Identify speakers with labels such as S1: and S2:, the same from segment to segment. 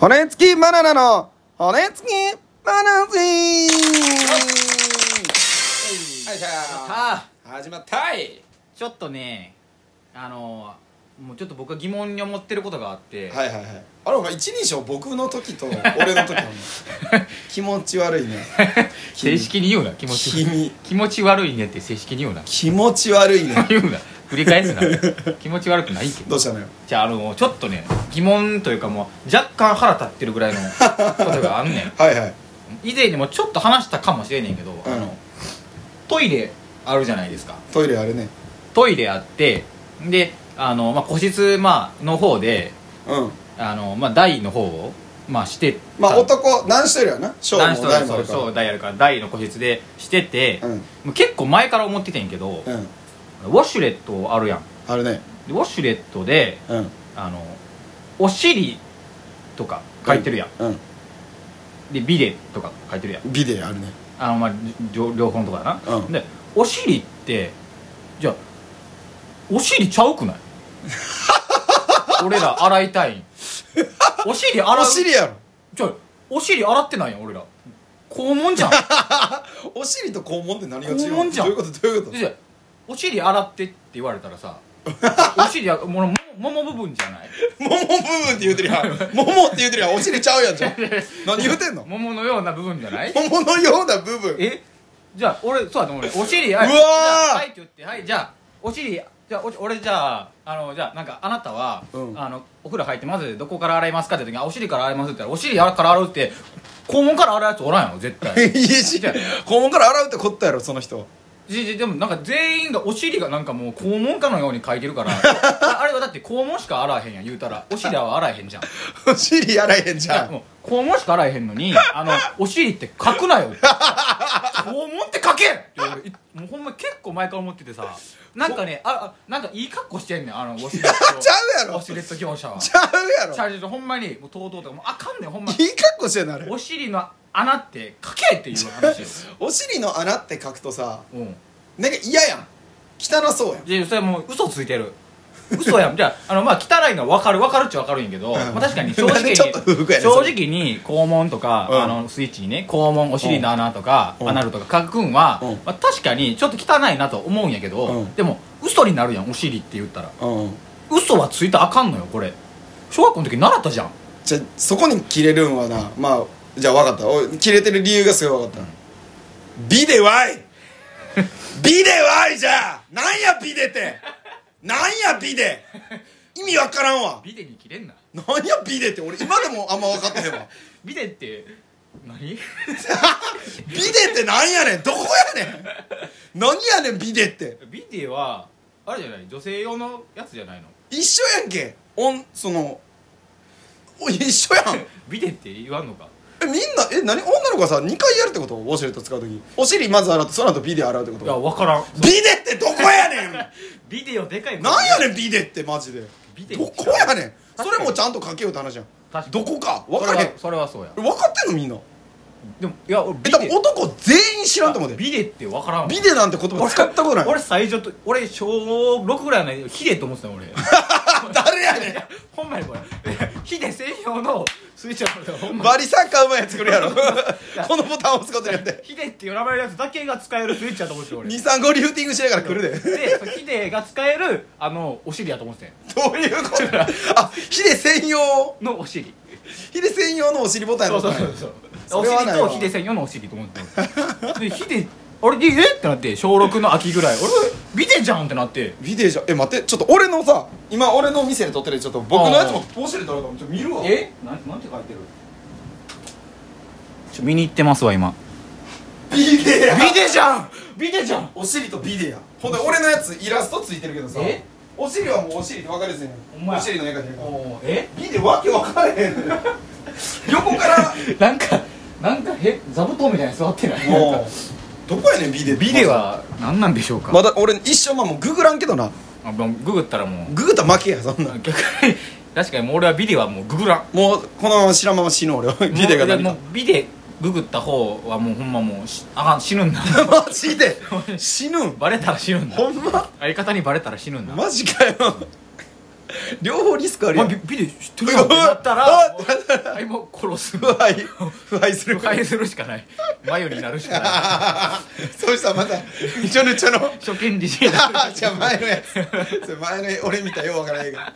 S1: 骨付きバナナの骨付きバナナジー
S2: はい
S1: しょ
S2: あ
S1: 始まったい
S2: ちょっとねあのもうちょっと僕は疑問に思ってることがあって、
S1: はいはいはいあれお前一人称僕の時と俺 の時あんの気持ち悪いね
S2: 正式に言うな気持ち
S1: 君
S2: 気持ち悪いねって正式に言うな
S1: 気持ち悪いね
S2: 言うな繰り返 すな気持ち悪くないけど
S1: どうしたのよ
S2: じゃああのちょっとね疑問というかもう若干腹立ってるぐらいの ことがあんねん
S1: はいはい
S2: 以前にもちょっと話したかもしれねんけど、あ
S1: うん
S2: のトイレあるじゃないですか
S1: トイレあれね
S2: トイレあってであの、まあ、個室、まあの方で
S1: うん
S2: あの、まあ、台の方を、まあ、してた
S1: まあ男男子トイレやな小も
S2: 男子と
S1: 大もあ
S2: そう
S1: るから
S2: そう大あるから大の個室でしてて、
S1: うん
S2: もう結構前から思っててんけど、
S1: うん
S2: ウォシュレットあるやん
S1: あれね
S2: でウォシュレットで
S1: うん
S2: あのお尻とか書いてるやん、
S1: うん
S2: でビレとか書いてるやん
S1: ビデあるね
S2: あのまあじょ両方のとこやな、
S1: うん
S2: でお尻ってじゃあお尻ちゃうくない 俺ら洗いたいんお尻洗う
S1: お尻やろ
S2: じゃあお尻洗ってないやん俺ら肛門じゃん
S1: お尻と肛門って何が違うの
S2: 肛門じゃん
S1: どういうことどういうこと
S2: でお尻洗ってって言われた らさお尻はものもも部分じゃない
S1: もも部分って言うてるやんももって言うてるやんお尻ちゃうやんじゃん何言うてんのも
S2: もものような部分じゃない
S1: ものような部分
S2: えじゃあ俺そうだと思うよお尻
S1: うわー
S2: はいじゃあはいって言ってはいじゃあお尻じゃあお俺じゃああのじゃあなんかあなたは、
S1: うん
S2: あのお風呂入ってまずどこから洗いますかって時にあお尻から洗いますって言ったらお尻から洗うって肛門から洗うやつおらんやろ絶
S1: い
S2: 対
S1: やし肛門から洗うってこったやろその人
S2: じじでもなんか全員がお尻がなんかもう肛門かのように書いてるから ああれはだって肛門しか洗わへんやん言うたらお尻は洗えへんじゃん
S1: お尻洗えへんじ
S2: い
S1: ゃ
S2: や
S1: ん
S2: もう肛門しか洗えへんのにあのお尻って書くなよって肛門って書けって俺いもうほんま結構前から思っててさなんかねああなんかいい格好してんねんあのウォシュレット
S1: ちゃうやろ
S2: ウォシュレット業者は
S1: ちゃうやろ
S2: チャージほんまにもうとうとうとかもうあかんねんほんま
S1: いい格好してんのあれ
S2: お尻の穴って書けっていう話よ、
S1: お尻の穴って書くとさ
S2: うん、
S1: なんか嫌やん汚そうやん
S2: でそれもう嘘ついてる嘘やんじゃああのまあ汚いのは分かる分かるっちゃ分かるんやけど、まあ、確かに正直
S1: なんで
S2: に
S1: ちょっと不服やねん
S2: 正直に肛門とか、
S1: うん
S2: あのスイッチにね肛門お尻の穴とか、
S1: うん
S2: アナルとか書くんは、
S1: うん
S2: まあ、確かにちょっと汚いなと思うんやけど、
S1: うん
S2: でも嘘になるやんお尻って言ったら
S1: うん
S2: 嘘はついたらあかんのよこれ小学校の時習ったじゃん
S1: じゃあそこに切れるんはなまあじゃあ分かったおい切れてる理由がすごい分かった美でわい美でわいじゃなんや美でってなんや美で意味わからんわ
S2: ビデに切れんな
S1: なんや美でって俺今でもあんま分かってへんわ
S2: ビデって何
S1: ビデってなんやねんどこやねん何やねんビデって
S2: ビデはあれじゃない女性用のやつじゃないの
S1: 一緒やんけおんそのお一緒やん
S2: ビデって言わんのか
S1: えみんなえ何女の子がさ2回やるってことウォシュレット使う時お尻まず洗ってその後ビデ洗うってこ
S2: いや
S1: と
S2: 分からん
S1: ビデってどこや ねん
S2: ビデオでかい
S1: なんやねんビデってマジで
S2: ビデ
S1: どこやねんそれもちゃんと書けよって話じゃん
S2: 確か
S1: ど
S2: に
S1: こか分
S2: そ
S1: か
S2: れ
S1: れへ
S2: は
S1: ん
S2: それはそうや
S1: 分かってんのみんな
S2: でもいや俺
S1: え多分男全員知らんと思うで
S2: ビデって分からんわ
S1: ビデなんて言葉使ったことない
S2: 俺最初と俺小6ぐらいの時ヒデと思ってたよ俺
S1: 誰やねん
S2: ほんまにこれヒデ専用のスイッチャーほんま
S1: バリサッカーうまいやつくるやろこのボタンを押すことによって
S2: ヒデっていう名前のやつだけが使えるスイッチャーと思ってたよ俺
S1: 235リフティングしながら来るでど
S2: でそのヒデが使えるあのお尻やと思ってたよ
S1: ういうことあヒデ専用
S2: のお尻
S1: ヒデ専用のお尻ボタン
S2: そ
S1: や
S2: うそう
S1: ったん
S2: そ
S1: や
S2: うそう
S1: そ
S2: お
S1: れは
S2: 尻
S1: ないわ
S2: とヒデ専用のお尻と思ってたでヒデあれでえってなって小6の秋ぐらい俺ビデじゃんってなって
S1: ビデじゃえ待ってちょっと俺のさ今俺の店で撮ってるちょっと僕のやつもポシェで撮るからちょっと見るわ
S2: えなんなんて書いてるちょ見に行ってますわ今
S1: ビデや
S2: デじゃんビデじゃん
S1: お尻とビデやほんで俺のやつイラストついてるけどさ
S2: え
S1: お尻はもうお尻って分かりやすいね
S2: ほんまや
S1: お尻の絵が出るから
S2: おえ
S1: ビデわけ分かれへんねん横から
S2: なんかなんかへ座布団みたいに座ってない
S1: もうどこやねんビデ
S2: ビデは何なんでしょうか、
S1: まだ俺一生まあもうググらんけどな
S2: あもうググったらも
S1: ググったら負けやそんな
S2: う逆に確かにもう俺はビデはもうググらん
S1: もうこのまま知らんまま死ぬ俺はビデが何
S2: も
S1: か
S2: うビデググった方はもうほんまもうしあかん死ぬ んだ
S1: マジで死ぬん
S2: バレたら死ぬんだ
S1: ほんま
S2: 相方にバレたら死ぬんだ、
S1: マジかよ両方リスクある
S2: ま
S1: や
S2: あ、
S1: ん
S2: ビビデ知ってるよってなったら
S1: おい
S2: 腐敗も殺す
S1: 腐敗腐敗する
S2: 腐敗するしかない眉になるしかない
S1: そうしたらまたぬちょぬちょの
S2: 初見 DJ にな
S1: じゃあ前のやつそれ前の俺みたいようわからへんが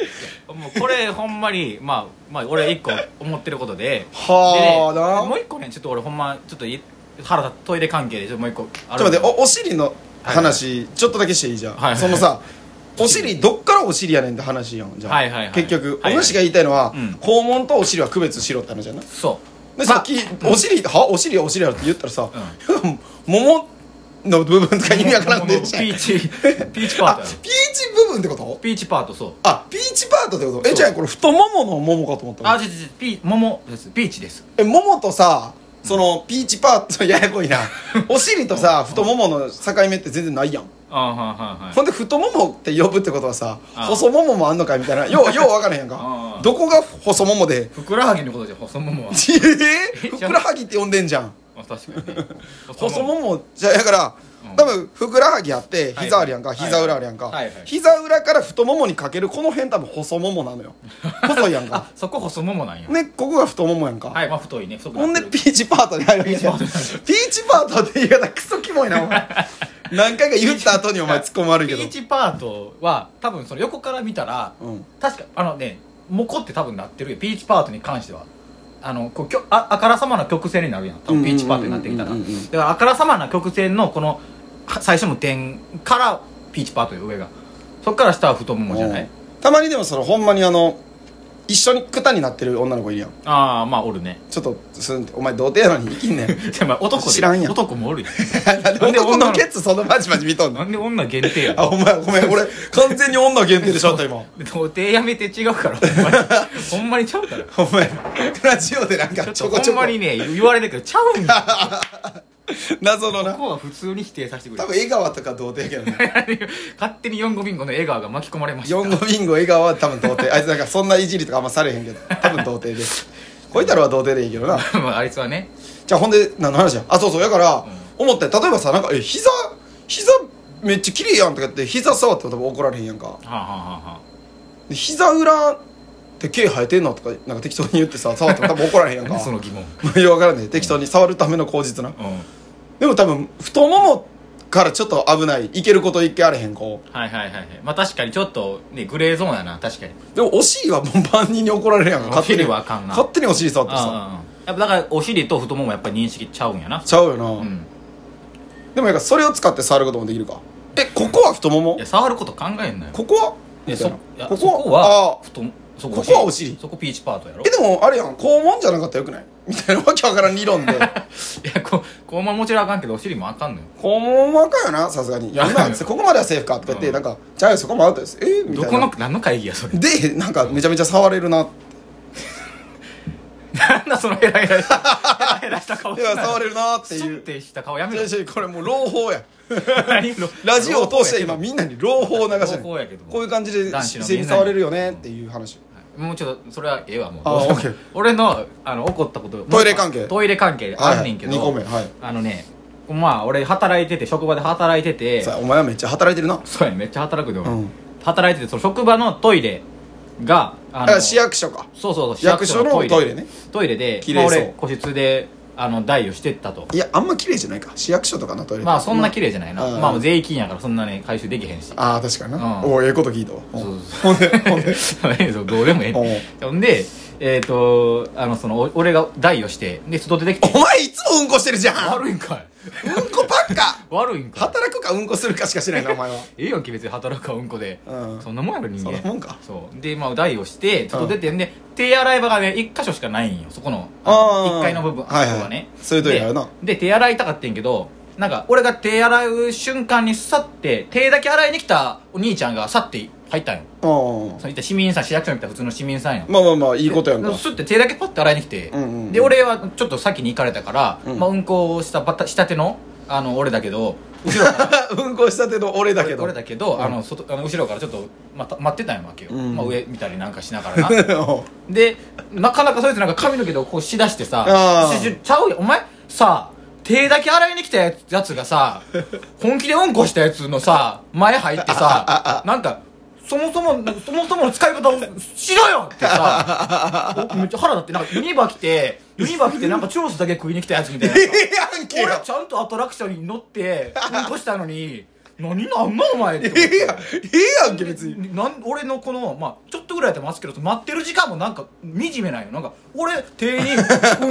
S2: るもうこれほんまにまあまあ俺一個思ってることで
S1: はあ
S2: で
S1: な
S2: もう一個ねちょっと俺ほんまちょっとい腹立つトイレ関係でちょっともう一個あ
S1: ちょっと待っておお尻の話、ちょっとだけしていいじゃん、
S2: はいはい
S1: そのさお尻どっからお尻やねんって話やんじゃん、
S2: はいはいはい
S1: 結局、
S2: はいはい
S1: お主が言いたいのは、
S2: うん
S1: 肛門とお尻は区別しろって話じゃなで
S2: そう
S1: さっき、お尻はお尻はお尻やろって言ったらさ、桃の部分とか意味わからん
S2: ピ
S1: で
S2: ーチピーチパー
S1: あ
S2: トやろ
S1: ピーチ部分ってこと
S2: ピーチパートそう
S1: あピーチパートってこと
S2: そ
S1: え
S2: う
S1: じゃあこれ太ももの桃かと思った
S2: あ
S1: わ
S2: 違う違うピー桃ですピーチです
S1: え桃とさそのピーチパートややこ いなお尻とさ太ももの境目って全然ないやん
S2: あはいはい
S1: ほんで太ももって呼ぶってことはさ
S2: あ
S1: 細もももあんのかいみたいな ようよう分からへんやん
S2: あ
S1: か
S2: あ
S1: どこが細もも で
S2: ふくらはぎのことじゃ細ももは
S1: え ふくらはぎって呼んでんじゃん
S2: あ確か にね
S1: 細ももじゃだから
S2: うん
S1: 多分ふくらはぎあって
S2: はい
S1: 膝あるやんか
S2: はい
S1: 膝裏あるやんか
S2: はいはい
S1: 膝裏から太ももにかけるこの辺多分細ももなの よ細いやんか
S2: あそこ細ももなんや
S1: ねここが太ももやんか
S2: はいまあ太いね太くな
S1: ほん
S2: って
S1: で
S2: る
S1: ピーチパートで入るわけじゃんピ
S2: ピー
S1: ーチパートって言い方クソキモいなお 前何回か 言った後にお前突っ込まれるけど
S2: ピーチパートは多分その横から見たら
S1: うん
S2: 確かあのねモコって多分なってるよピーチパートに関してはあのこうきょああからさまな曲線になるやん多
S1: うん
S2: 分ピーチパートになってきた
S1: う
S2: らだ
S1: んうんうんうん
S2: からあからさまな曲線のこのは最初の点からピーチパートよ上がそっから下は太ももじゃな
S1: う
S2: い
S1: んたまにでもそのほんまにあの一緒にクタになってる女の子いるやん
S2: ああまあおるね
S1: ちょっとすんってお前童貞やのに生きんねん
S2: でも男で
S1: 知らんやん
S2: 男もおるよ
S1: なんで
S2: 女の
S1: 男のケツそのまじまじ見とん
S2: な
S1: の
S2: んで女限定や
S1: あ
S2: の
S1: お前ごめん俺完全に女限定でしょった 今
S2: 童貞やめて違うからほんまにほんまにちゃうから
S1: お前ラジオでなんか
S2: ち
S1: ち
S2: ょ
S1: ょ
S2: っと
S1: こち
S2: ほ
S1: ょ
S2: ん
S1: こ
S2: まにね言われるけどちゃうんだよ
S1: 謎の
S2: こ
S1: な
S2: こは普通に否定させてくれ
S1: 多分江川とか童貞やけどね
S2: 勝手に4ゴビンゴの笑顔が巻き込まれました
S1: 四五ビンゴ江川は多分童貞あいつなんかそんないじりとかあんまされへんけど多分童貞ですこいたらは童貞でいいけどな
S2: まああいつはね
S1: じゃあほんで何の話やあそうそうだから、思って例えばさなんか「え膝膝めっちゃ綺麗やん」とか言って膝触っても多分怒られへんやんか
S2: はあ、はあはあは
S1: で膝裏って毛生えてんのとかなんか適当に言ってさ触っても多分怒られへんやん
S2: あ、
S1: か
S2: 何その疑問
S1: まあよう分からんね適当に触るための口実な
S2: うん
S1: でも多分太ももからちょっと危ないいけることいけあれへんこ
S2: はいはいはいはいまあ確かにちょっとねグレーゾーンやな確かに
S1: うでもお尻はもう万人に怒られるやんか勝手に
S2: お尻はあかんな
S1: 勝手にお尻触ってさ
S2: ああやっぱだからお尻と太ももやっぱり認識ちゃうんやな
S1: ちゃうよな、
S2: うん
S1: でもなんかそれを使って触ることもできるかえここは太もも
S2: いや触ること考えんなよ
S1: ここは
S2: え
S1: みた
S2: そ
S1: い
S2: い
S1: な
S2: や
S1: こ
S2: そ
S1: こ
S2: こ
S1: あ
S2: は太もそ
S1: ここはお尻
S2: そこピーチパートやろ
S1: えでもあれやん肛門じゃなかったらよくないみたいなわけわからん理 論で
S2: いやこ肛門もちろんあかんけどお尻もあかんのよ
S1: 肛門もあかんよなさすがに「いや
S2: あ
S1: ま
S2: かん
S1: あ
S2: よ
S1: ここまではセーフか」とか言って「
S2: うん
S1: なんかじゃあそこもアウトです」えーみ
S2: ど
S1: たい
S2: こ
S1: な
S2: の何の会議やそれ
S1: でなんかめちゃめちゃ触れるな
S2: なんだそのヘラヘラし たヘラヘラした顔
S1: いや触
S2: る
S1: れるな って
S2: ス
S1: い
S2: ンっ
S1: う
S2: てした顔やめろ
S1: 先生これもう朗報や
S2: 何の
S1: ラジオを通して今みんなに朗報を流して
S2: 朗報やけ
S1: る
S2: ど
S1: こういう感じで
S2: 男子
S1: 姿
S2: のみんなに
S1: 勢に触れるよねっていう話
S2: もうちょっとそれはええわもう
S1: あーオッケー
S2: 俺のあの怒ったこと
S1: トイレ関係
S2: トイレ関係あんねんけど、
S1: 2個目はい
S2: あのねまあ俺働いてて職場で働いてて
S1: さあお前はめっちゃ働いてるな
S2: そうやねめっちゃ働くで俺、
S1: うん
S2: 働いててその職場のトイレがあ
S1: だ
S2: の
S1: から市役所か
S2: そうそうそう
S1: 役所のトイレ
S2: トイレ
S1: ね
S2: トイレで
S1: 綺麗そう
S2: まあ俺個室であの代をしてったと
S1: いやあんま綺麗じゃないか市役所とかのトイレ
S2: まあそんな綺麗じゃないな、
S1: うん
S2: まあ税金やからそんなね回収できへんし
S1: ああ確かにな、
S2: うん
S1: おおええこと聞いたわ
S2: そうそ
S1: ほ
S2: う
S1: んでほんで
S2: そうどうでもええほんでえっ、とあのそのお俺が代をしてで外出てきて
S1: お前いつもうんこしてるじゃんうん
S2: 悪いんかい
S1: こばっか
S2: 悪いんかい
S1: 働くかうんこするかしかしないなお 前は
S2: ええやんけ別に働くわうんこで、
S1: うん
S2: そんなもんやろ人
S1: そん
S2: 間
S1: なもんか
S2: そうでまあ代をして外出てんで、手洗い場がね1箇所しかないんよそこの
S1: あー
S2: 1階の部分
S1: はいはい
S2: そこがね
S1: そういうトイレあるな
S2: でで手洗いたかってんけどなんか俺が手洗う瞬間にさって手だけ洗いに来たお兄ちゃんがさって入ったんよ
S1: うん
S2: そのいった市民さん市役所に来た普通の市民さんやん
S1: まあまあまあいいことやんか
S2: スッて手だけパッて洗いに来て、
S1: うんうんうん
S2: で俺はちょっと先に行かれたから、
S1: う
S2: うんんまあ、うんこをしたばたしたてのあの俺だけど後ろから
S1: うんこしたての俺だけど
S2: 俺だけど、
S1: うん
S2: あの外あの後ろからちょっと、また、待ってたんやわけよ、
S1: うん
S2: まあ、上見たりなんかしなが らなでなかなかそいつなんか髪の毛をこうしだして
S1: あ
S2: さ
S1: ー
S2: しちゃうよお前さ手だけ洗いに来たやつ やつがさ本気でうんこしたやつのさ前入ってさなんかそもそもそもそもの使い方をしろよってさおめっちゃ腹立ってなんかユニバ来てユニバ来てなんかチュロスだけ食いに来たやつみ たいな
S1: ええやんけ
S2: 俺
S1: よ
S2: ちゃんとアトラクションに乗ってうんこしたのに何なんのお前って
S1: ええやんええやんけ別に
S2: なん俺のこの、まあ、ちょっとぐらいやってますけど待ってる時間もなんか惨めないよなんか俺手にうん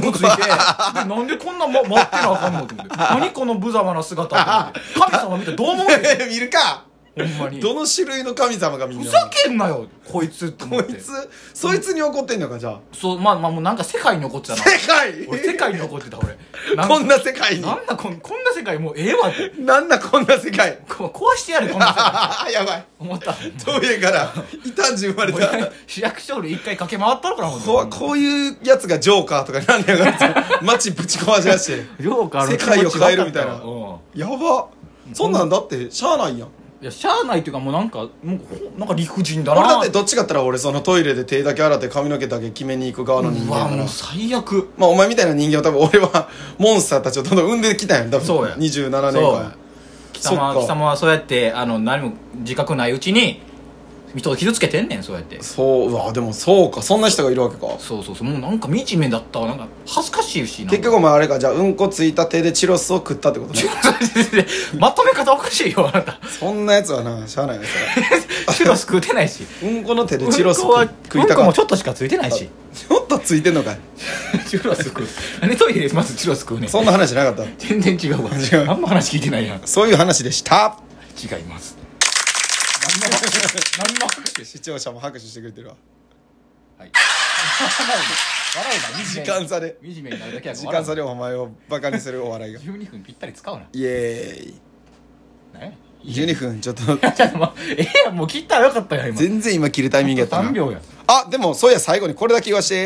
S2: こついて でなんでこんな、ま、待ってなあかんのって思って何この無様な姿って思って神様見てどう思うねん
S1: 見るか
S2: ほんまに
S1: どの種類の神様がみん
S2: ふ
S1: な
S2: ざけんなよこいつって思
S1: こ
S2: って
S1: いつそいつに怒ってんのかじゃあ
S2: そうまあまあもうなんか世界に残ってたな
S1: 世界
S2: 俺世界に残ってた俺な
S1: こんな世界に
S2: なんだこんこんな世界もうええわって
S1: なんだこんな世 界
S2: こ壊してやるこんな世界
S1: あやばい
S2: 思った
S1: トイレから異端児生まれた
S2: もう市役所で一回駆け回ったのかなほんと
S1: ここういうやつがジョーカーとかになんねやがって街ぶち壊し出して
S2: ようかあの
S1: 世界を変えるみたいな
S2: 気持ちよか
S1: や
S2: っ
S1: ばそんなんだってしゃあないやん
S2: たうんいやしゃあないっていうかもうなんかもうほなんか理不尽だな
S1: 俺だってどっちかって言ったら俺そのトイレで手だけ洗って髪の毛だけ決めに行く側の人
S2: う
S1: 間
S2: わ
S1: だか
S2: も
S1: ら
S2: う最悪
S1: まあお前みたいな人間は多分俺はモンスターたちをどんどん生んできたんやん多分
S2: そうや
S1: 27年間
S2: そう貴
S1: そっ
S2: 様
S1: か
S2: 貴様はそうやってあの何も自覚ないうちに人を傷つけてんねんそうやって
S1: そううわでもそうかそんな人がいるわけか
S2: そうそうそうもうなんか惨めだったわなんか恥ずかしいしなんか
S1: 結局お前あれかじゃあうんこついた手でチュロスを食ったってことね
S2: まとめ方おかしいよあなた
S1: そんなやつはなしゃあないやつ
S2: チュロス食うてないし
S1: だうんこの手でチュロス
S2: うんこは
S1: 食食いた
S2: うんこ
S1: か
S2: も
S1: っ
S2: ちょっとしかついてない
S1: た
S2: し
S1: ちょっとついてんのかい
S2: チュロス食うなんでトイレでまずチュロス食うねん
S1: そんな話なかった
S2: 全然違うわ
S1: 違う
S2: あんま話聞いてないやん
S1: そういう話でした
S2: 違います何の拍手
S1: 視聴者も拍手してくれてるわ
S2: はい笑うな
S1: 時
S2: 惨
S1: 間差で
S2: めに惨めになるだけや
S1: 時間差
S2: で
S1: でお前をバカにするお笑いが
S2: 12分ぴったり使うな
S1: イエーイ
S2: ね
S1: 12分ちょっと
S2: ちょっともうええやんもう切ったらよかったやん今
S1: 全然今切るタイミングやった
S2: 3
S1: な
S2: 秒やん
S1: あでもそういや最後にこれだけ言わして